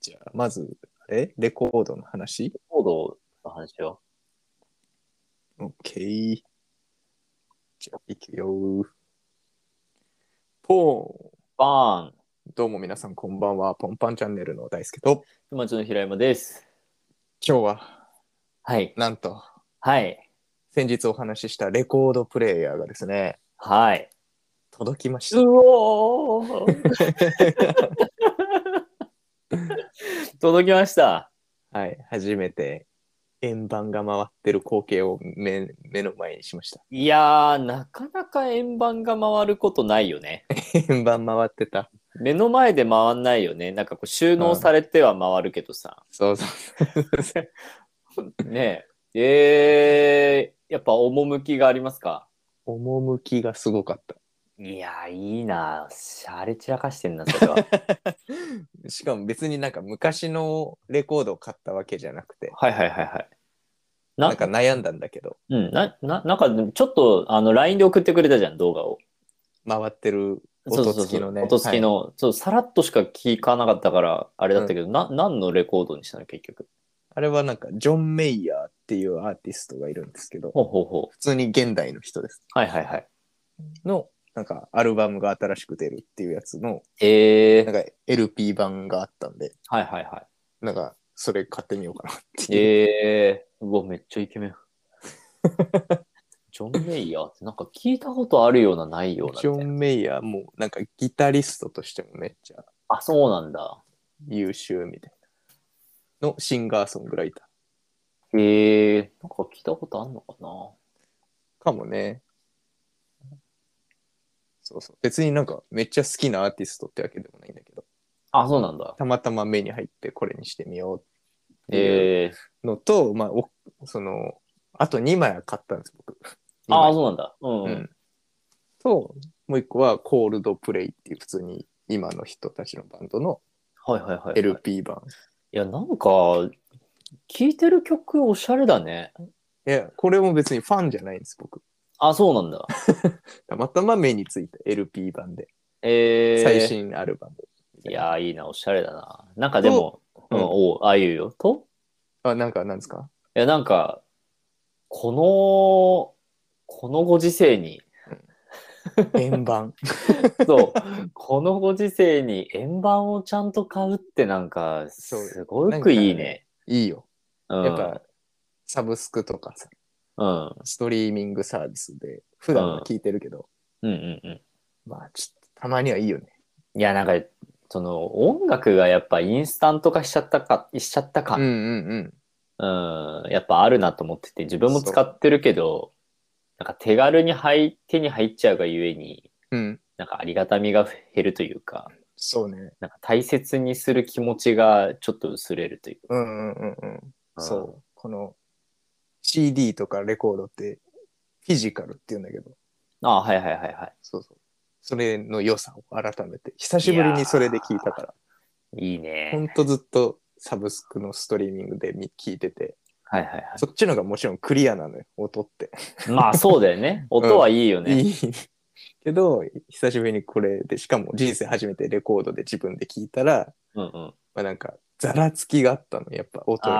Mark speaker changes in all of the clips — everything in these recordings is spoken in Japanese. Speaker 1: じゃあ、まず、えレコードの話
Speaker 2: コードの話を。
Speaker 1: ?OK。じゃあ、いくよ。ポ
Speaker 2: バーン
Speaker 1: ーン。どうも皆さん、こんばんは。ポンパンチャンネルの大輔と、
Speaker 2: 熊町の平山です。
Speaker 1: 今日は、
Speaker 2: はい。
Speaker 1: なんと、
Speaker 2: はい。
Speaker 1: 先日お話ししたレコードプレイヤーがですね、
Speaker 2: はい。
Speaker 1: 届きまし
Speaker 2: うお ー届きました。
Speaker 1: た。はい、初めて円盤が回ってる光景を目目の前にしました。
Speaker 2: いやー、なかなか円盤が回ることないよね。
Speaker 1: 円盤回ってた。
Speaker 2: 目の前で回んないよね。なんかこう収納されては回るけど さ。
Speaker 1: そうそうそう。
Speaker 2: ねえ。えー、やっぱ趣がありますか
Speaker 1: 趣がすごかった。
Speaker 2: いやー、いいな。しゃれ散らかしてんな、それは。
Speaker 1: しかも別になんか昔のレコードを買ったわけじゃなくて、
Speaker 2: はいはいはいはい。
Speaker 1: な
Speaker 2: な
Speaker 1: んんか
Speaker 2: か、
Speaker 1: 悩んだんだけど、
Speaker 2: うん、な、ななんか、ちょっと、あの、LINE で送ってくれたじゃん、動画を。
Speaker 1: 回ってる
Speaker 2: そう
Speaker 1: 音
Speaker 2: そうそう
Speaker 1: 付きのね。
Speaker 2: 音付きの、そう、さらっとしか聞かなかったから、あれだったけど、な、何のレコードにしたの、結局。
Speaker 1: あれはなんかジョン・メイヤーっていうアーティストがいるんですけど、
Speaker 2: ほうほうほ
Speaker 1: 普通に現代の人です。
Speaker 2: う。はいはいはい。
Speaker 1: の、なんかアルバムが新しく出るっていうやつの、
Speaker 2: え
Speaker 1: な
Speaker 2: ー
Speaker 1: ん、か LP 版があったんで、
Speaker 2: はいはいは
Speaker 1: なんかそれ買ってみようかなって
Speaker 2: い。
Speaker 1: いう。
Speaker 2: えー、うわ、めっちゃイケ メン。ジョン・メイヤーってなんか聞いたことあるようなないような
Speaker 1: ジ
Speaker 2: みた
Speaker 1: ョ
Speaker 2: いな。
Speaker 1: ン・メイヤーもなんかギタリストとしてもめっちゃ
Speaker 2: あ、そうなんだ。
Speaker 1: 優秀みたいな。のシンガーソングライター。
Speaker 2: えー、なんか聞いたことあるのかな
Speaker 1: かもね。そうそう。別になんかめっちゃ好きなアーティストってわけでもないんだけど、
Speaker 2: あ、そうなんだ。
Speaker 1: たまたま目に入ってこれにしてみようっていう
Speaker 2: えー、
Speaker 1: のと、まあ、おその、あと2枚は買ったんです、僕。
Speaker 2: あ、
Speaker 1: 2
Speaker 2: そうなんだ。うん、う。
Speaker 1: 枚うんん。と、もう1個はコールドプレイっていう普通に今の人たちのバンドの
Speaker 2: はいはいはい、はい。
Speaker 1: LP 版。
Speaker 2: いや、なんか、聴いてる曲おしゃれだね。
Speaker 1: いや、これも別にファンじゃないんです、僕。
Speaker 2: あ、そうなん だ。
Speaker 1: たまたま目についた LP 版で、
Speaker 2: えー、
Speaker 1: 最。新アルバム。
Speaker 2: いやー、いいな、おしゃれだな。なんかでも、うん、
Speaker 1: うん
Speaker 2: おああいうよ。と
Speaker 1: あ、なんか、なんですか
Speaker 2: いや、なんか、この、このご時世 に、
Speaker 1: 円盤。
Speaker 2: そう、このご時世に円盤をちゃんと買うってなんか、
Speaker 1: そう
Speaker 2: すごくいいね。
Speaker 1: いいよ。
Speaker 2: うん。
Speaker 1: やっぱ、サブスクとかさ、
Speaker 2: うん。
Speaker 1: ストリーミングサービスで、普段は聞いてるけど、
Speaker 2: うんうんうん。
Speaker 1: まあ、ちょっとたまにはいいよね。
Speaker 2: いや、なんか、その、音楽がやっぱインスタント化しちゃったか、しちゃったか。
Speaker 1: うんうんうん。
Speaker 2: うん、やっぱあるなと思ってて、自分も使ってるけど、なんか手軽に入手に入っちゃうがゆえに、
Speaker 1: うん、
Speaker 2: なんかありがたみが減るというか、
Speaker 1: そうね。
Speaker 2: なんか大切にする気持ちがちょっと薄れるという
Speaker 1: うんうんうんうん。
Speaker 2: か。
Speaker 1: そう。この CD とかレコードって、フィジカルって言うんだけど、
Speaker 2: うん。あはいはいはいは
Speaker 1: そうそう。それの良さを改めて、久しぶりにそれで聞いたから、
Speaker 2: い。いい
Speaker 1: ほん
Speaker 2: ね。
Speaker 1: とずっとサブスクのストリーミングでみ聞いてて、
Speaker 2: はいはいは
Speaker 1: そっちのがもちろんクリアなのよ、音って。
Speaker 2: い。まあそうだよ ね。音はいいよね。
Speaker 1: いいけど久しぶりにこれでしかも人生初めてレコードで自分で聞いたら、
Speaker 2: うんうん。
Speaker 1: まあ、なんかざらつきがあったのやっぱ音が、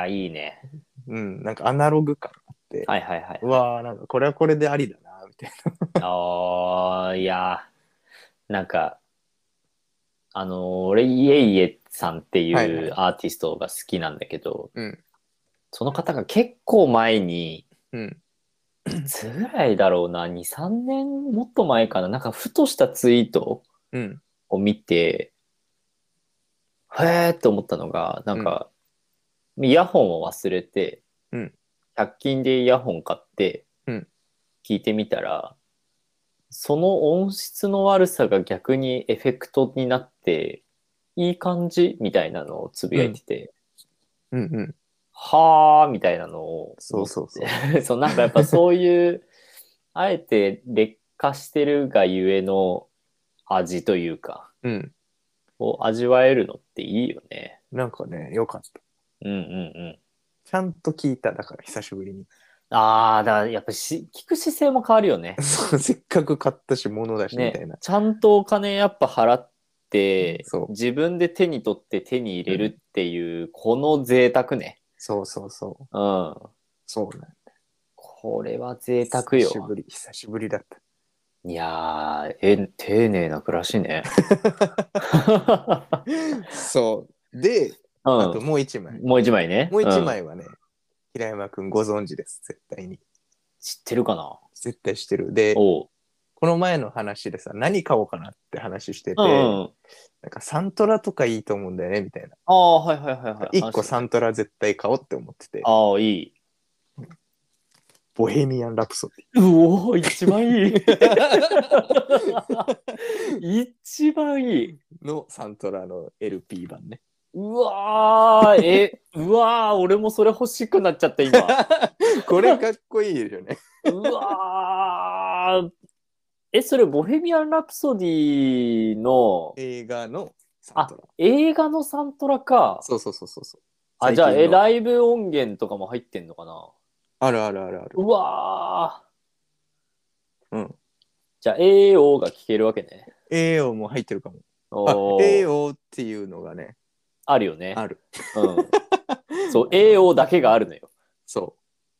Speaker 2: ああ、いいね。
Speaker 1: うん、なんかアナログ感あって、。
Speaker 2: はいはいはいう
Speaker 1: わーなんかこれはこれでありだなみたい
Speaker 2: ああ、いやー、なんか、あのー俺、イエイエさんってい
Speaker 1: はいはいう
Speaker 2: アーティストが好きなんだけど、
Speaker 1: なうん
Speaker 2: その方が結構前に、
Speaker 1: うん
Speaker 2: いつぐらいだろうな、2、3年もっと前かな、なんかふとしたツイート
Speaker 1: うん
Speaker 2: を見て、へーって思ったのが、なんか、イヤホンを忘れて、
Speaker 1: うん
Speaker 2: 100均でイヤホン買って
Speaker 1: うん、
Speaker 2: 聞いてみたら、その音質の悪さが逆にエフェクトになって、いい感じみたいなのをつぶやいてて、
Speaker 1: うんうん
Speaker 2: はーみたいなのを、
Speaker 1: そうそうそう
Speaker 2: そうなんかやっぱそういう あえて劣化してるがゆえの味というか
Speaker 1: うん
Speaker 2: を味わえるのっていいよね。
Speaker 1: なんかねよかった
Speaker 2: うんうんうん。
Speaker 1: ちゃんと聞いただから久しぶりに
Speaker 2: ああだからやっぱし聞く姿勢も変わるよね。
Speaker 1: そうせっかく買ったし物だしみ
Speaker 2: ね
Speaker 1: たいな、
Speaker 2: ちゃんとお金やっぱ払って
Speaker 1: そう
Speaker 2: 自分で手に取って手に入れるっていう、この贅沢ね
Speaker 1: そうそうそう。
Speaker 2: うん
Speaker 1: そうなんだ。
Speaker 2: これは贅沢
Speaker 1: 久
Speaker 2: よ
Speaker 1: しぶり、久しぶりだった。
Speaker 2: いやーえ丁寧な暮ら しね
Speaker 1: そう。で、
Speaker 2: う
Speaker 1: あと
Speaker 2: ん
Speaker 1: もう一枚。
Speaker 2: もう一枚ね
Speaker 1: もう一
Speaker 2: ん
Speaker 1: 枚はね、平山くんご存知です、絶対に。
Speaker 2: 知ってるかな
Speaker 1: 絶対してる。で、
Speaker 2: おう
Speaker 1: この前の話でさ、何買おうかなって話してて、
Speaker 2: うんうん
Speaker 1: なんかサントラとかいいと思うんだよね、みたいな。
Speaker 2: ああはいはいはいはい
Speaker 1: 一個サントラ絶対買おうって思ってて、
Speaker 2: ああいい
Speaker 1: ボヘミアン・ラプソディ。
Speaker 2: うおー一番いい一番いい
Speaker 1: のサントラの LP 版ね。
Speaker 2: うわーえうわー俺もそれ欲しくなっちゃった今
Speaker 1: これかっこいいですよね。
Speaker 2: うわーえそれ「ボヘミアン・ラプソディ」の
Speaker 1: 映画のサントラ。
Speaker 2: 映画のサントラか
Speaker 1: そうそうそうそうそう。
Speaker 2: あじゃあ
Speaker 1: 最
Speaker 2: え
Speaker 1: 近の
Speaker 2: ライブ音源とかも入ってんのかな
Speaker 1: あるあるあるある。
Speaker 2: うわー
Speaker 1: うん
Speaker 2: じゃあ AO が聴けるわけね
Speaker 1: AO も入ってるかも。あ
Speaker 2: おー
Speaker 1: AO っていうのがね、
Speaker 2: あるよね
Speaker 1: ある。
Speaker 2: うん、そう AO だけがあるのよ
Speaker 1: そ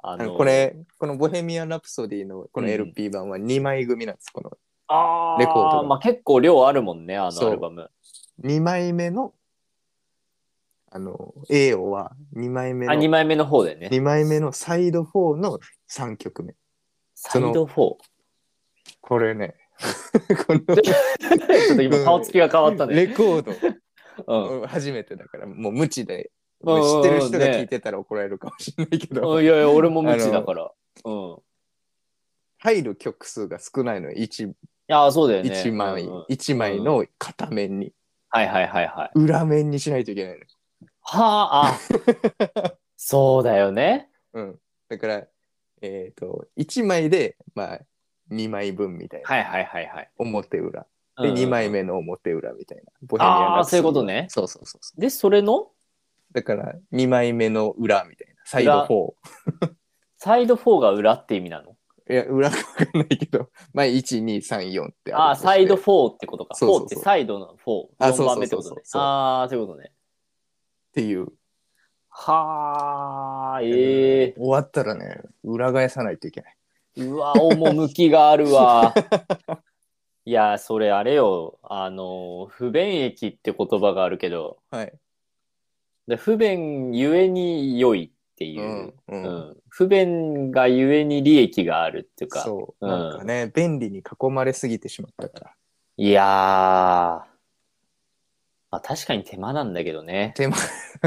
Speaker 2: あ
Speaker 1: う。あ
Speaker 2: の
Speaker 1: のこれ、このボヘミアン・ラプソディのこの
Speaker 2: うん
Speaker 1: LP 版は2枚組なんです。この
Speaker 2: あー
Speaker 1: レコードが
Speaker 2: まあ結構量あるもんねあの
Speaker 1: そう
Speaker 2: アルバム
Speaker 1: 2枚目の、あの、AO は2枚目
Speaker 2: あ2
Speaker 1: の、
Speaker 2: 枚目の方でね
Speaker 1: 2枚目のサイド4の3曲目。
Speaker 2: サイ
Speaker 1: その
Speaker 2: ド 4ちょ
Speaker 1: これ ね、この
Speaker 2: っと今顔つきが変わったね、
Speaker 1: レコード。
Speaker 2: うん
Speaker 1: 初めてだからもう無知で、
Speaker 2: うんうんうん
Speaker 1: 知ってる人が聞いてたら怒られるかもしれないけど、
Speaker 2: うん、いやいや俺も無知だからうん
Speaker 1: 入る曲数が少ないのよ 1,
Speaker 2: いやそうだよね
Speaker 1: 一枚、
Speaker 2: うんうん
Speaker 1: 一枚の片面に
Speaker 2: はいはいはいはい
Speaker 1: 裏面にしないといけないのよ、
Speaker 2: は ああそうだよね
Speaker 1: うん、だからえっ、と1枚でまあ2枚分みたいな、
Speaker 2: はいはいはいはい
Speaker 1: 表裏
Speaker 2: うん
Speaker 1: で
Speaker 2: うん
Speaker 1: 2枚目の表裏みたいな、ボ
Speaker 2: ああ
Speaker 1: ラプソ
Speaker 2: そうい
Speaker 1: ディ
Speaker 2: うことね
Speaker 1: そうそうそうそう
Speaker 2: でそれの
Speaker 1: だから2枚目の裏みたいなサイド
Speaker 2: サイド4が裏って意味なの
Speaker 1: 4いや裏か分かんないけど前1234ってあ
Speaker 2: ああ
Speaker 1: るとして
Speaker 2: サイド4ってことか。
Speaker 1: そうそうそう
Speaker 2: 4ってサイドの
Speaker 1: あ
Speaker 2: 4。4番目ってこと
Speaker 1: そうそうそ
Speaker 2: ね
Speaker 1: う。そう
Speaker 2: ああ、そういうことね。
Speaker 1: っていう
Speaker 2: はあ、ええ
Speaker 1: 終わったらね裏返さないといけない。
Speaker 2: うわ、趣がある わ。いや、それあれよ。あの、不便益って言葉があるけど、
Speaker 1: はい。
Speaker 2: で不便ゆえに良いっていうう。
Speaker 1: んう
Speaker 2: うん
Speaker 1: ん。
Speaker 2: 不便がゆえに利益があるっていうか。
Speaker 1: そう、
Speaker 2: うん
Speaker 1: なんかね便利に囲まれすぎてしまったから
Speaker 2: いやー、まあ、確かに手間なんだけどね。
Speaker 1: 手間も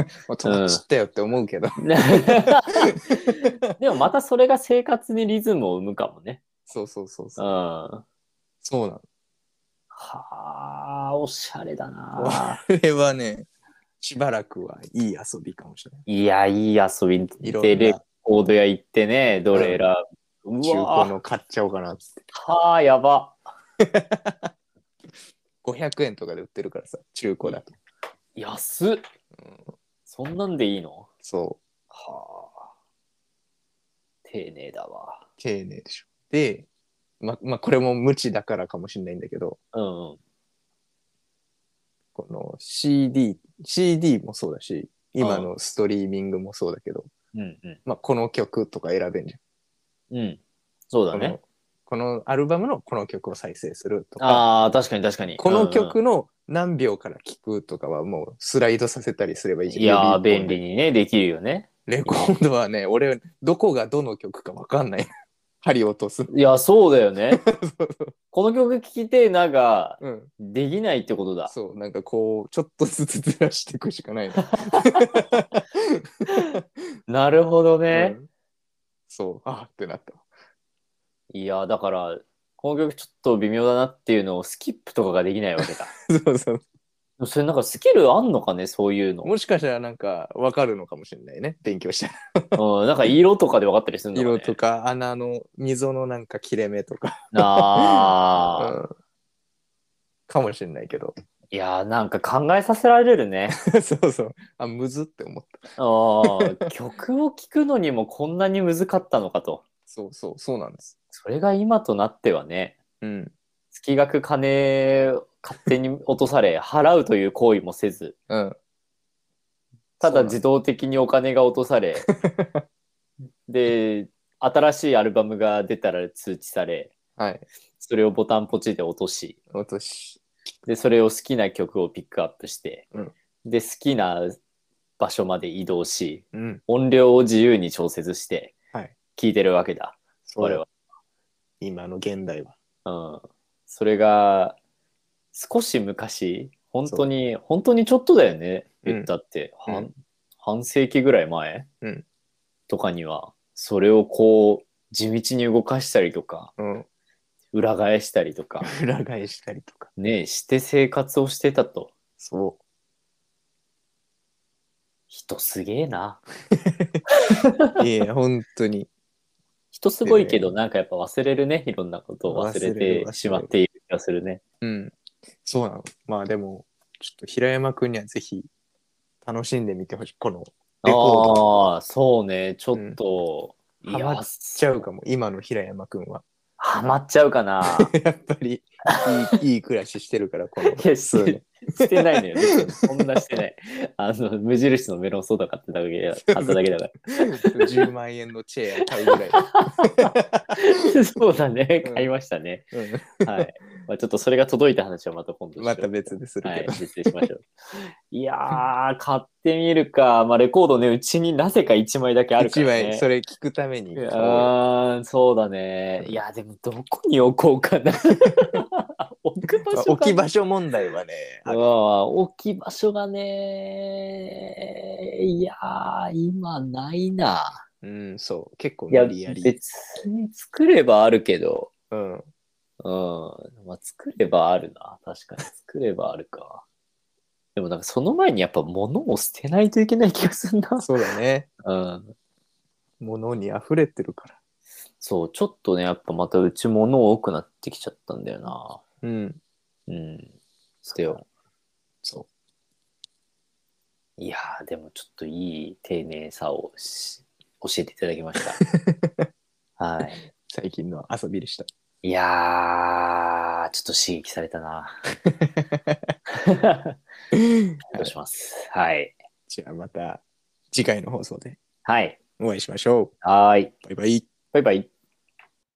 Speaker 1: う止まっちゃったよって思うけど、
Speaker 2: でもまたそれが生活にリズムを生むかもね。
Speaker 1: そうそうそう
Speaker 2: う
Speaker 1: そ
Speaker 2: ん。
Speaker 1: う
Speaker 2: は
Speaker 1: そうなの
Speaker 2: あ、おしゃれだな
Speaker 1: こ。れはねしばらくはいい遊びかもしれない
Speaker 2: いや、いい遊び
Speaker 1: いろんな
Speaker 2: でレコード屋行ってね、どれ選ぶ。う
Speaker 1: 中古
Speaker 2: わ
Speaker 1: の買っちゃおうかなっつって
Speaker 2: はあ、やば。
Speaker 1: 500円とかで売ってるからさ中古だと、
Speaker 2: 安っ。
Speaker 1: うん、
Speaker 2: そんなんでいいの
Speaker 1: そ
Speaker 2: はあ。丁寧だわ。
Speaker 1: う丁寧でしょでままあこれも無知だからかもしれないんだけど
Speaker 2: うんうん。
Speaker 1: この CD CD もそうだし今のストリーミングもそうだけど、
Speaker 2: うんうん。
Speaker 1: まあ、この曲とか選べんじ
Speaker 2: うん。そう
Speaker 1: ゃ
Speaker 2: だ
Speaker 1: ん、
Speaker 2: ね。
Speaker 1: このこのアルバムのこの曲を再生するとか
Speaker 2: ああ、確かに確かに。
Speaker 1: こ
Speaker 2: うん
Speaker 1: の
Speaker 2: うん
Speaker 1: 曲の何秒から聴くとかはもうスライドさせたりすればいいじゃん
Speaker 2: いや
Speaker 1: 指
Speaker 2: ー、
Speaker 1: 一
Speaker 2: 便
Speaker 1: 本で
Speaker 2: 利にね、できるよね。
Speaker 1: レコードはね 俺どこがどの曲か分かん ない針落とす、
Speaker 2: いや、そうだ よね。この曲聴きてえなが、
Speaker 1: うん、
Speaker 2: できないってことだ。
Speaker 1: そうなんかこうちょっとずつずらしていくしかないの、
Speaker 2: なるほどね
Speaker 1: う。んそうあーってなった
Speaker 2: いや、だから、この曲ちょっと微妙だなっていうのをスキップとかができないわけ だ。
Speaker 1: そうそう
Speaker 2: それなんかスキルあんのかね、そういうの。
Speaker 1: もしかしたらなんか分かるのかもしれないね勉強したら
Speaker 2: うん、なんか色とかで分かったりするのか、ね。
Speaker 1: 色とか穴の溝のなんか切れ目とか、
Speaker 2: あー
Speaker 1: うんかもしれないけど
Speaker 2: いや、なんか考えさせられるね。
Speaker 1: そうそうあむずって思った
Speaker 2: あー曲を聴くのにもこんなに難かったのかと。
Speaker 1: そうそうそうなんです
Speaker 2: それが今となってはね、
Speaker 1: うん
Speaker 2: ス月額金勝手に落とされ、 払うという行為もせず、
Speaker 1: うん。
Speaker 2: た
Speaker 1: そうな
Speaker 2: だ
Speaker 1: んだ
Speaker 2: 自動的にお金が落と され、で、新しいアルバムが出たら通知され、
Speaker 1: はい。
Speaker 2: それをボタンポチで落とし、
Speaker 1: 落とし。
Speaker 2: で、それを好きな曲をピックアップして、
Speaker 1: うん
Speaker 2: で、好きな場所まで移動し、
Speaker 1: うん。
Speaker 2: 音量を自由に調節して
Speaker 1: はい、
Speaker 2: 聴いてるわけだ、
Speaker 1: それ
Speaker 2: 我
Speaker 1: は。今の現代は。
Speaker 2: 々。うん。それが、少し昔、本当に、本当にちょっとだよね、
Speaker 1: うん
Speaker 2: 言ったって。
Speaker 1: うん
Speaker 2: 半半世紀ぐらい前、
Speaker 1: うん
Speaker 2: とかには、それをこう、地道に動かしたりとか、
Speaker 1: うん。
Speaker 2: 裏返したり とか、
Speaker 1: 裏返したりとか。
Speaker 2: ねえ、して生活をしてたと。
Speaker 1: そ
Speaker 2: 人すげえな。
Speaker 1: う。いや、本当に。
Speaker 2: 人すごいけど、なんかやっぱ忘れるね。いろんなことを忘れ
Speaker 1: 忘れる
Speaker 2: てしまっている気がするね。
Speaker 1: うん。そうなの。まあでも、ちょっと平山くんにはぜひ楽しんでみてほしい。この、レコード
Speaker 2: ああー、そうね。ちょっと、
Speaker 1: うん
Speaker 2: いや
Speaker 1: ハマっちゃうかも。今の平山くんは。
Speaker 2: ハマっちゃうか な。
Speaker 1: やっぱり、いい、いい暮らししてるから、この。
Speaker 2: いや、し
Speaker 1: そうね
Speaker 2: してな いのよ。別にそんなしてない。あの、無印のメロンソーダ買ってただけだ買っただけだか
Speaker 1: 10万円のチェア買うぐらい。
Speaker 2: ら。 そうだね
Speaker 1: う。ん
Speaker 2: 買いましたね。
Speaker 1: うん
Speaker 2: はい。まあ、ちょっとそれが届いた話はまた今度しよう
Speaker 1: また別でする
Speaker 2: は
Speaker 1: け
Speaker 2: い
Speaker 1: ど。、
Speaker 2: 失礼しましょう。いやー、買ってみるか。まあ、レコードね、うちになぜか1枚だけあるか
Speaker 1: 一
Speaker 2: ら、ね。
Speaker 1: 枚それ聞くために買おうよ
Speaker 2: あーそうだね。いや、でもどこに置こう かな。置く場所が
Speaker 1: 置き場所問題はね、あ
Speaker 2: うわ置き場所がね、いやー、今ないな。
Speaker 1: うん、そう、結構
Speaker 2: いや、
Speaker 1: 無理やり。
Speaker 2: 別に作ればあるけど、
Speaker 1: うん。
Speaker 2: うん、まあ、作ればあるな。確かに作ればあるか。でもなんかその前にやっぱ物を捨てないといけない気がするな。
Speaker 1: そうだね。
Speaker 2: うん。
Speaker 1: 物に溢れてるから。
Speaker 2: そう、ちょっとね、やっぱまたうち物多くなってきちゃったんだよな。
Speaker 1: うん。
Speaker 2: うん。捨てよ。
Speaker 1: そう
Speaker 2: いやー、でもちょっといい丁寧さをし教えていただきました。はい。
Speaker 1: う。最近の遊びでした。
Speaker 2: いやー、ちょっと刺激されたな。どうします。はい。
Speaker 1: じゃあまた次回の放送で
Speaker 2: はい。
Speaker 1: お会いしましょ
Speaker 2: はーい。
Speaker 1: う。バイバイ。
Speaker 2: バイバイ。